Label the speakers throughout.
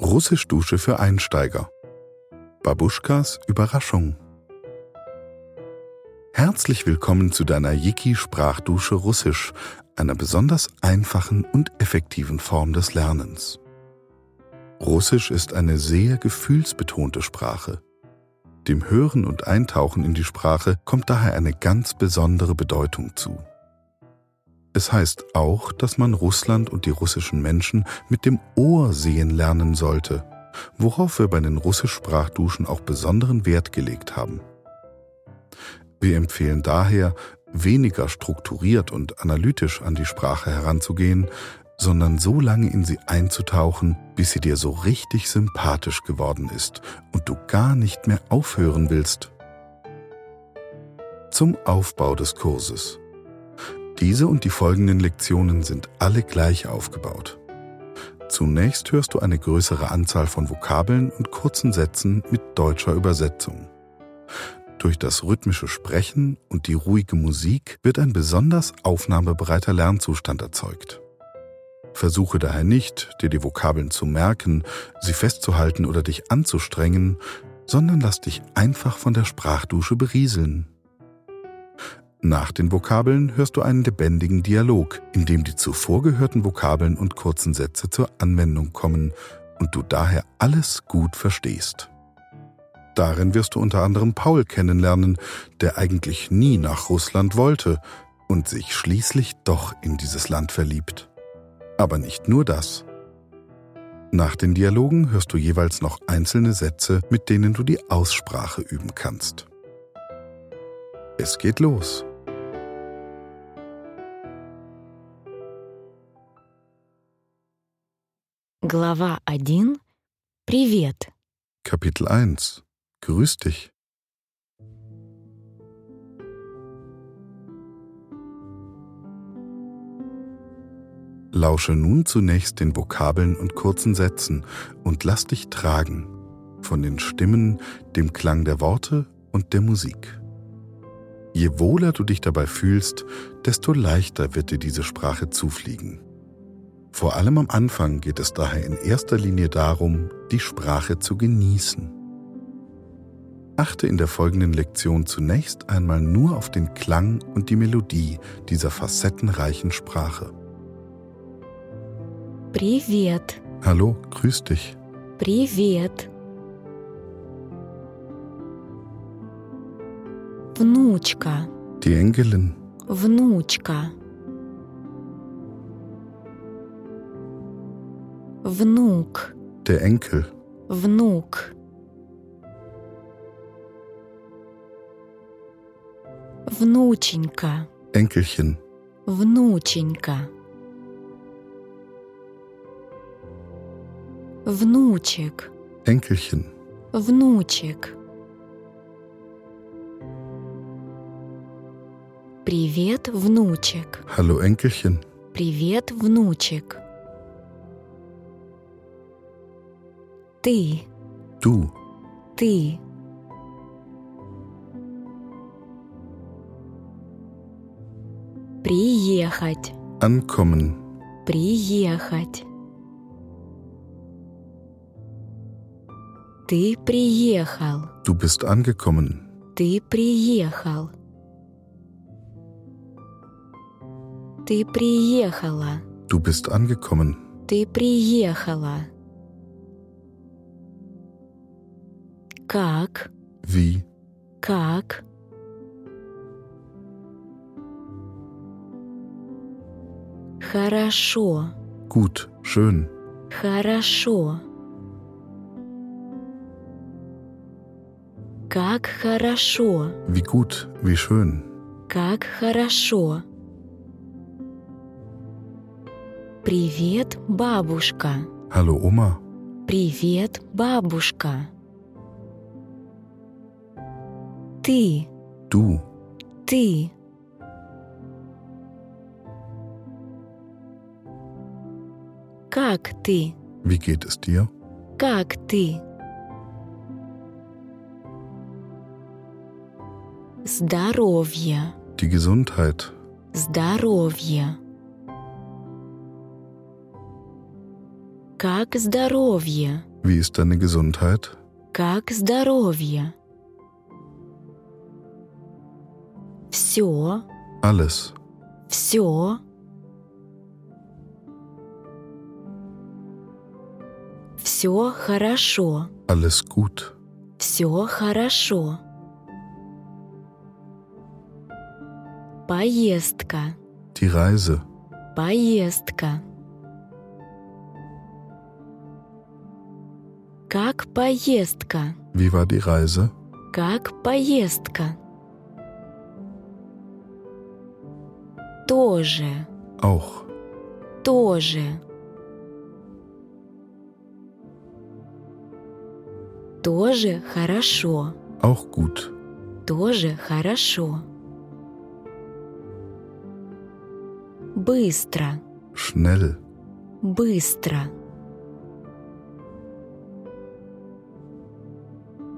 Speaker 1: Russisch Dusche für Einsteiger. Babuschkas Überraschung. Herzlich willkommen zu deiner Yiki Sprachdusche Russisch, einer besonders einfachen und effektiven Form des Lernens. Russisch ist eine sehr gefühlsbetonte Sprache. Dem Hören und Eintauchen in die Sprache kommt daher eine ganz besondere Bedeutung zu. Es heißt auch, dass man Russland und die russischen Menschen mit dem Ohr sehen lernen sollte, worauf wir bei den Russischsprachduschen auch besonderen Wert gelegt haben. Wir empfehlen daher, weniger strukturiert und analytisch an die Sprache heranzugehen, sondern so lange in sie einzutauchen, bis sie dir so richtig sympathisch geworden ist und du gar nicht mehr aufhören willst. Zum Aufbau des Kurses. Diese und die folgenden Lektionen sind alle gleich aufgebaut. Zunächst hörst du eine größere Anzahl von Vokabeln und kurzen Sätzen mit deutscher Übersetzung. Durch das rhythmische Sprechen und die ruhige Musik wird ein besonders aufnahmebereiter Lernzustand erzeugt. Versuche daher nicht, dir die Vokabeln zu merken, sie festzuhalten oder dich anzustrengen, sondern lass dich einfach von der Sprachdusche berieseln. Nach den Vokabeln hörst du einen lebendigen Dialog, in dem die zuvor gehörten Vokabeln und kurzen Sätze zur Anwendung kommen und du daher alles gut verstehst. Darin wirst du unter anderem Paul kennenlernen, der eigentlich nie nach Russland wollte und sich schließlich doch in dieses Land verliebt. Aber nicht nur das. Nach den Dialogen hörst du jeweils noch einzelne Sätze, mit denen du die Aussprache üben kannst. Es geht los.
Speaker 2: Глава 1. Привет.
Speaker 1: Kapitel 1. Grüß dich. Lausche nun zunächst den Vokabeln und kurzen Sätzen und lass dich tragen von den Stimmen, dem Klang der Worte und der Musik. Je wohler du dich dabei fühlst, desto leichter wird dir diese Sprache zufliegen. Vor allem am Anfang geht es daher in erster Linie darum, die Sprache zu genießen. Achte in der folgenden Lektion zunächst einmal nur auf den Klang und die Melodie dieser facettenreichen Sprache.
Speaker 2: Привет.
Speaker 1: Hallo, grüß dich.
Speaker 2: Привет. Внучка.
Speaker 1: Die Enkelin,
Speaker 2: Внучка. Внук.
Speaker 1: der Enkel,
Speaker 2: Внук. Внученька.
Speaker 1: Enkelchen,
Speaker 2: Внученька. Внучек.
Speaker 1: Enkelchen,
Speaker 2: Внучек. Привет, внучек.
Speaker 1: hallo Enkelchen,
Speaker 2: Привет, внучек. Ты,
Speaker 1: du,
Speaker 2: ты. Приехать,
Speaker 1: ankommen,
Speaker 2: приехать. Ты приехал.
Speaker 1: du bist angekommen,
Speaker 2: Ты приехал. Ты приехала.
Speaker 1: du bist angekommen,
Speaker 2: Ты приехала. Как?
Speaker 1: wie,
Speaker 2: Как? Хорошо.
Speaker 1: gut, schön,
Speaker 2: Хорошо. Как хорошо.
Speaker 1: wie gut, wie schön,
Speaker 2: Как хорошо. Привет, бабушка.
Speaker 1: hallo Oma,
Speaker 2: Привет, бабушка. Ты,
Speaker 1: du,
Speaker 2: ты. Как ты?
Speaker 1: wie geht es dir,
Speaker 2: Как ты? Здоровье.
Speaker 1: die Gesundheit,
Speaker 2: Здоровье. Как здоровье?
Speaker 1: Wie ist deine Gesundheit?
Speaker 2: Как здоровье? Все,
Speaker 1: Alles.
Speaker 2: все. Все хорошо,
Speaker 1: Alles gut.
Speaker 2: все хорошо. Поездка,
Speaker 1: Die Reise.
Speaker 2: поездка. Как поездка?
Speaker 1: Wie war die Reise?
Speaker 2: Как поездка? Тоже,
Speaker 1: Auch.
Speaker 2: тоже. Тоже хорошо,
Speaker 1: Auch gut.
Speaker 2: тоже хорошо. Быстро,
Speaker 1: Schnell.
Speaker 2: быстро.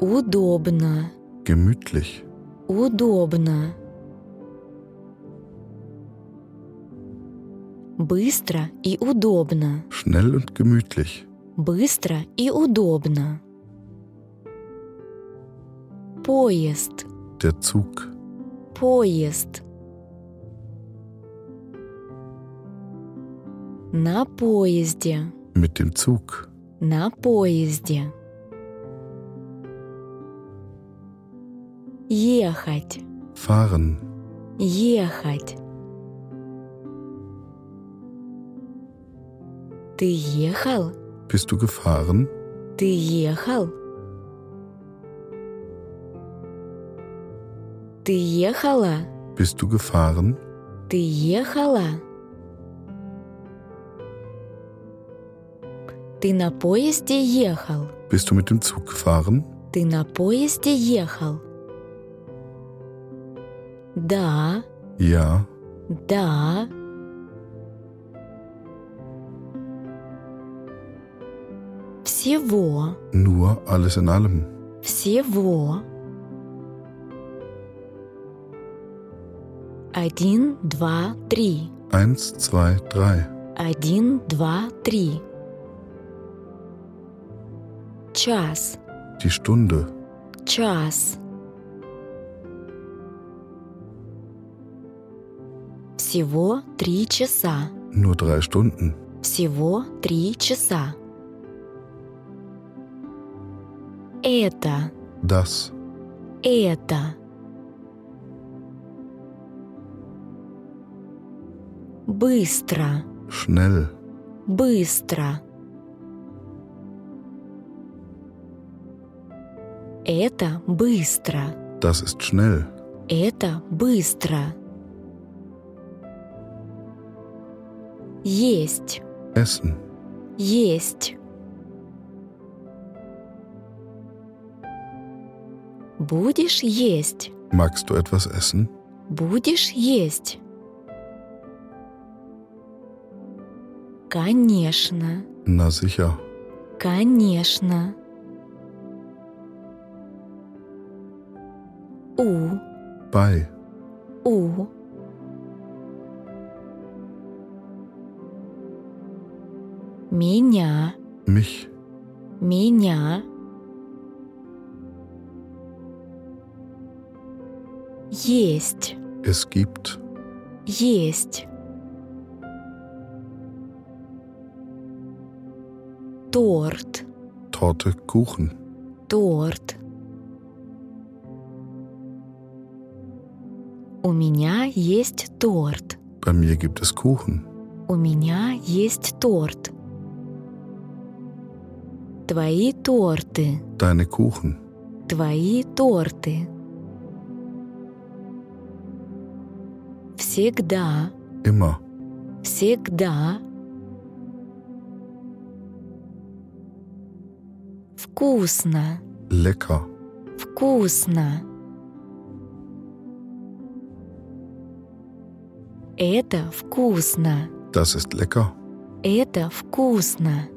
Speaker 2: Удобно.
Speaker 1: Gemütlich.
Speaker 2: Удобно. Быстро и удобно.
Speaker 1: Schnell und gemütlich.
Speaker 2: Быстро и удобно. Поезд.
Speaker 1: Der Zug.
Speaker 2: Поезд. На поезде.
Speaker 1: Mit dem Zug.
Speaker 2: На поезде. Ехать.
Speaker 1: Fahren.
Speaker 2: Ехать. Ты ехал?
Speaker 1: Bist du gefahren?
Speaker 2: Ты ехал? Ты ехала?
Speaker 1: Bist du gefahren?
Speaker 2: Ты ехала? Ты на поезде ехал?
Speaker 1: Bist du mit dem Zug gefahren?
Speaker 2: Ты на поезде ехал? Да,
Speaker 1: Ja.
Speaker 2: Да. Всего,
Speaker 1: Nur alles in allem.
Speaker 2: всего. Один, два, три.
Speaker 1: Eins, zwei, drei.
Speaker 2: Один, два, три. Час,
Speaker 1: Die Stunde.
Speaker 2: час. Всего три часа.
Speaker 1: Nur drei Stunden.
Speaker 2: Всего три часа. Это,
Speaker 1: Das.
Speaker 2: это. Быстро,
Speaker 1: Schnell.
Speaker 2: быстро. Это быстро,
Speaker 1: Das ist schnell.
Speaker 2: это быстро. Есть.
Speaker 1: Essen.
Speaker 2: Есть. Будешь есть.
Speaker 1: Magst du etwas essen?
Speaker 2: Будешь есть. Конечно,
Speaker 1: Na sicher.
Speaker 2: конечно. У,
Speaker 1: Bei.
Speaker 2: у. Меня.
Speaker 1: Mich.
Speaker 2: Меня. Есть,
Speaker 1: Es gibt.
Speaker 2: есть. Торт,
Speaker 1: Torte. Kuchen.
Speaker 2: торт. У меня есть торт.
Speaker 1: Bei mir gibt es Kuchen.
Speaker 2: У меня есть торт. Твои торты.
Speaker 1: Deine Kuchen.
Speaker 2: Твои торты. Всегда,
Speaker 1: Immer.
Speaker 2: всегда. Вкусно,
Speaker 1: Lecker.
Speaker 2: вкусно. Это вкусно,
Speaker 1: Das ist lecker.
Speaker 2: это вкусно.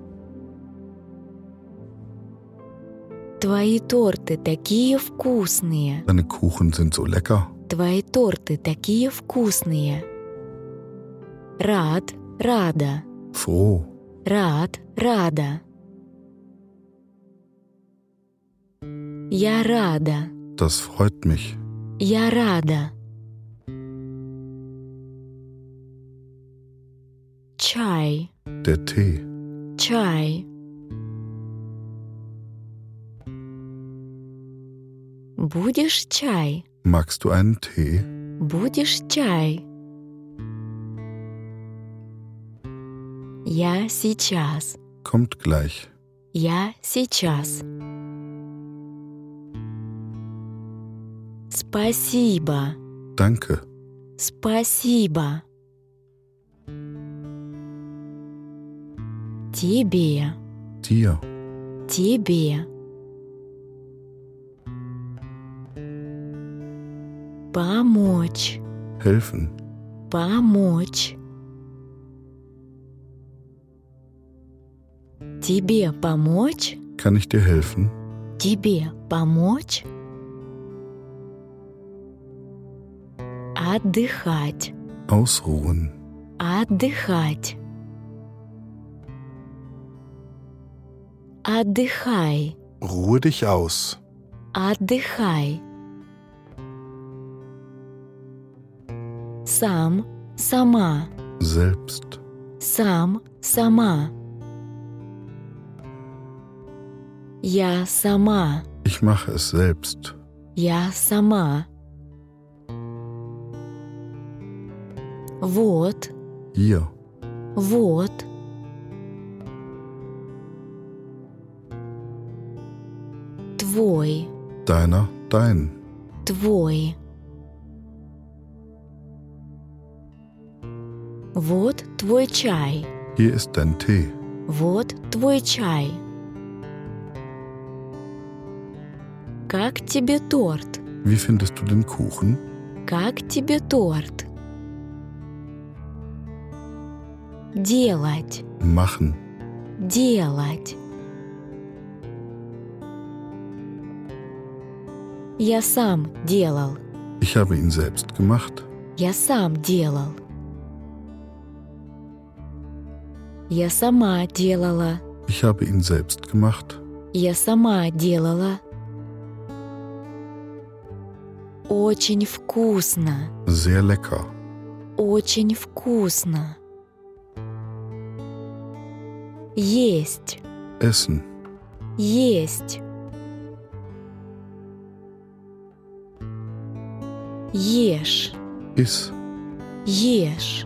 Speaker 2: Твои торты такие вкусные.
Speaker 1: Deine Kuchen sind so lecker.
Speaker 2: Твои торты такие вкусные. Рад, рада,
Speaker 1: Froh.
Speaker 2: рад, рада. Я рада,
Speaker 1: Das freut mich.
Speaker 2: я рада. Чай,
Speaker 1: Der Tee.
Speaker 2: чай. Будешь чай?
Speaker 1: Magst du einen Tee?
Speaker 2: Будешь чай? Я сейчас.
Speaker 1: Kommt gleich.
Speaker 2: Я сейчас. Спасибо.
Speaker 1: Danke.
Speaker 2: Спасибо. Тебе.
Speaker 1: Dir.
Speaker 2: Тебе. Помочь.
Speaker 1: Helfen.
Speaker 2: Помочь. Тебе помочь?
Speaker 1: Kann ich dir helfen?
Speaker 2: Тебе помочь? Отдыхать.
Speaker 1: Ausruhen.
Speaker 2: Отдыхать. Отдыхай.
Speaker 1: Ruhe dich aus.
Speaker 2: Отдыхай. Сам, сама.
Speaker 1: Selbst.
Speaker 2: Сам, сама. Я сама,
Speaker 1: Ich mache es selbst.
Speaker 2: я сама. Вот,
Speaker 1: Ihr.
Speaker 2: вот. Твой,
Speaker 1: Deiner. Dein.
Speaker 2: твой. Вот твой чай.
Speaker 1: Hier ist dein Tee.
Speaker 2: Вот твой чай. Как тебе торт?
Speaker 1: Wie findest du den Kuchen?
Speaker 2: Как тебе торт? Делать,
Speaker 1: Machen.
Speaker 2: делать. Я сам делал,
Speaker 1: Ich habe ihn selbst gemacht.
Speaker 2: я сам делал. Я сама делала.
Speaker 1: Ich habe ihn selbst gemacht.
Speaker 2: Я сама делала. Очень вкусно,
Speaker 1: Sehr lecker.
Speaker 2: очень вкусно. Есть,
Speaker 1: Essen.
Speaker 2: есть. Ешь,
Speaker 1: Iss.
Speaker 2: ешь.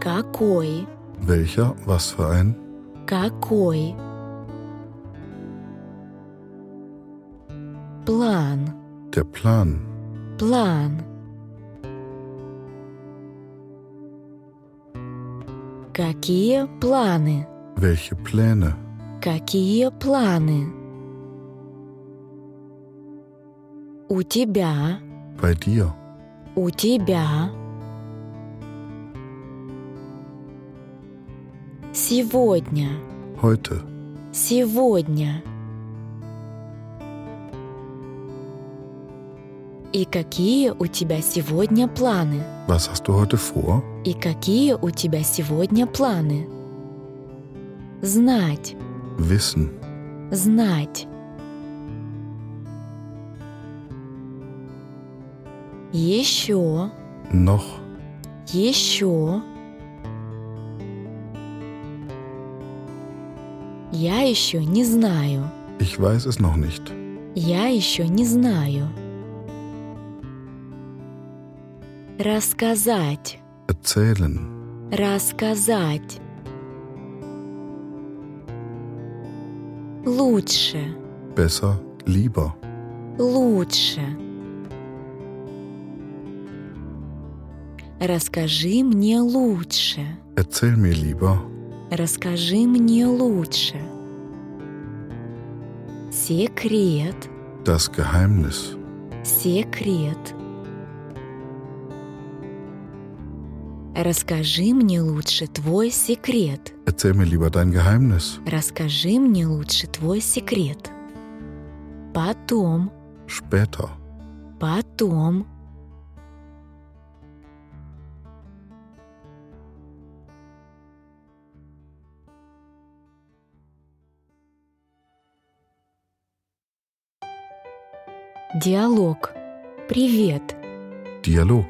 Speaker 2: Какой?
Speaker 1: Welcher? Was für ein?
Speaker 2: Какой? План,
Speaker 1: Der Plan.
Speaker 2: план. Какие планы?
Speaker 1: Welche Pläne?
Speaker 2: Какие планы? У тебя,
Speaker 1: Bei dir.
Speaker 2: у тебя. Сегодня.
Speaker 1: Heute.
Speaker 2: Сегодня. И какие у тебя сегодня планы?
Speaker 1: Was hast du heute vor?
Speaker 2: И какие у тебя сегодня планы? Знать,
Speaker 1: Wissen.
Speaker 2: знать. Еще,
Speaker 1: Noch.
Speaker 2: еще. Я еще не знаю.
Speaker 1: Ich weiß es noch nicht.
Speaker 2: Я еще не знаю. Рассказать,
Speaker 1: Erzählen.
Speaker 2: рассказать. Лучше,
Speaker 1: Besser. Lieber.
Speaker 2: лучше. Расскажи мне лучше.
Speaker 1: Erzähl mir lieber.
Speaker 2: Расскажи мне лучше. Секрет.
Speaker 1: Das Geheimnis.
Speaker 2: Секрет. Расскажи мне лучше твой секрет.
Speaker 1: Erzähl mir lieber dein Geheimnis.
Speaker 2: Расскажи мне лучше твой секрет. Потом,
Speaker 1: Später.
Speaker 2: потом. Диалог. Привет.
Speaker 1: Dialog.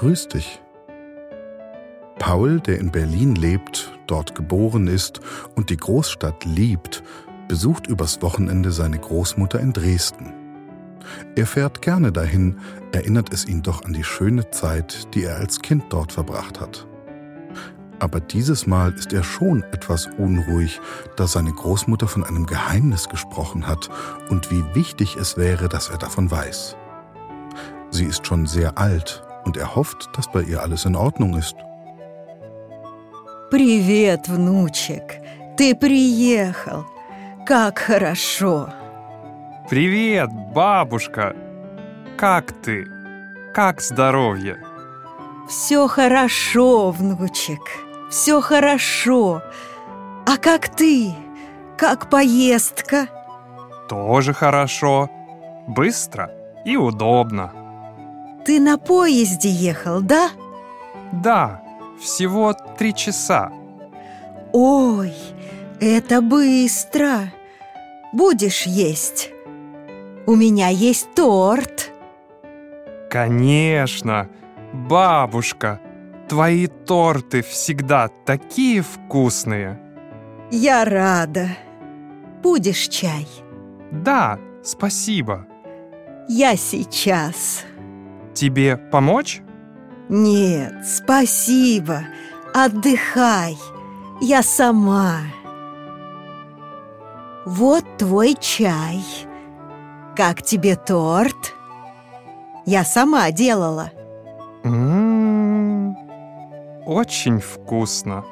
Speaker 1: Grüß dich. Paul, der in Berlin lebt, dort geboren ist und die Großstadt liebt, besucht übers Wochenende seine Großmutter in Dresden. Er fährt gerne dahin, erinnert es ihn doch an die schöne Zeit, die er als Kind dort verbracht hat. Aber dieses Mal ist er schon etwas unruhig, da seine Großmutter von einem Geheimnis gesprochen hat und wie wichtig es wäre, dass er davon weiß. Sie ist schon sehr alt und er hofft, dass bei ihr alles in Ordnung ist.
Speaker 3: Привет, внучек. Ты приехал. Как хорошо.
Speaker 4: Привет, бабушка! Как ты? Как здоровье?
Speaker 3: Все хорошо, внучек. Все хорошо. А как ты? Как поездка?
Speaker 4: Тоже хорошо. Быстро и удобно.
Speaker 3: Ты на поезде ехал, да?
Speaker 4: Да, всего три часа.
Speaker 3: Ой, это быстро. Будешь есть? У меня есть торт.
Speaker 4: Конечно, бабушка, твои торты всегда такие вкусные.
Speaker 3: Я рада. Будешь чай?
Speaker 4: Да, спасибо.
Speaker 3: Я сейчас.
Speaker 4: Тебе помочь?
Speaker 3: Нет, спасибо. Отдыхай. Я сама. Вот твой чай. Как тебе торт? Я сама делала.
Speaker 4: М, «М-м-м, Очень вкусно.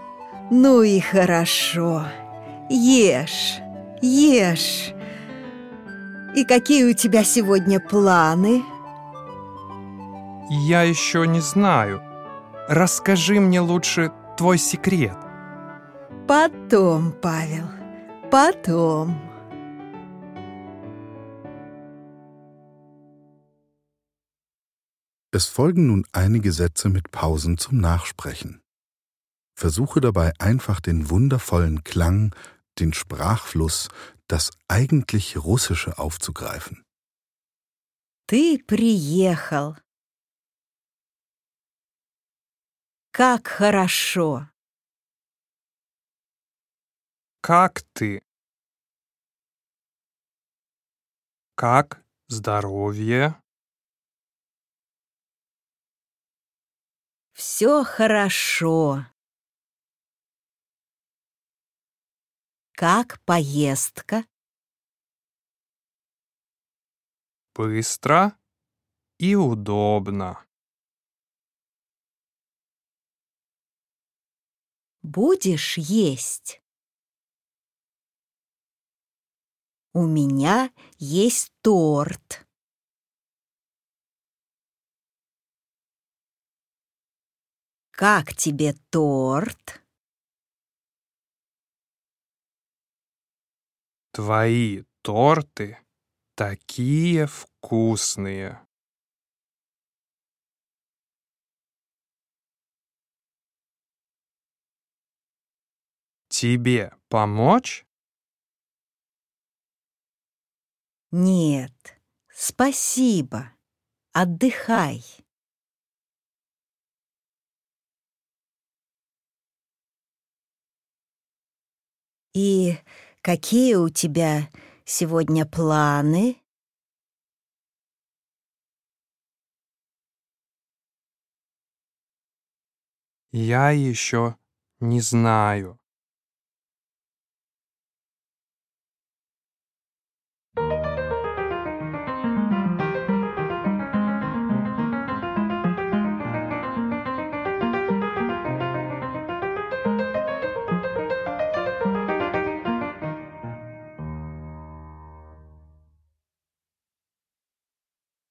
Speaker 3: Ну и хорошо. Ешь, ешь. И какие у тебя сегодня планы?
Speaker 4: Я еще не знаю. Расскажи мне лучше твой секрет.
Speaker 3: Потом, Павел, потом.
Speaker 1: Es folgen nun einige Sätze mit Pausen zum Nachsprechen. Versuche dabei einfach den wundervollen Klang, den Sprachfluss, das eigentlich Russische aufzugreifen.
Speaker 3: Ты приехал. Как хорошо.
Speaker 4: Как ты? Как здоровье?
Speaker 3: Все хорошо. Как поездка?
Speaker 4: Быстро и удобно.
Speaker 3: Будешь есть? У меня есть торт. Как тебе торт?
Speaker 4: Твои торты такие вкусные. Тебе помочь?
Speaker 3: Нет, спасибо. Отдыхай. И какие у тебя сегодня планы?
Speaker 4: Я еще не знаю.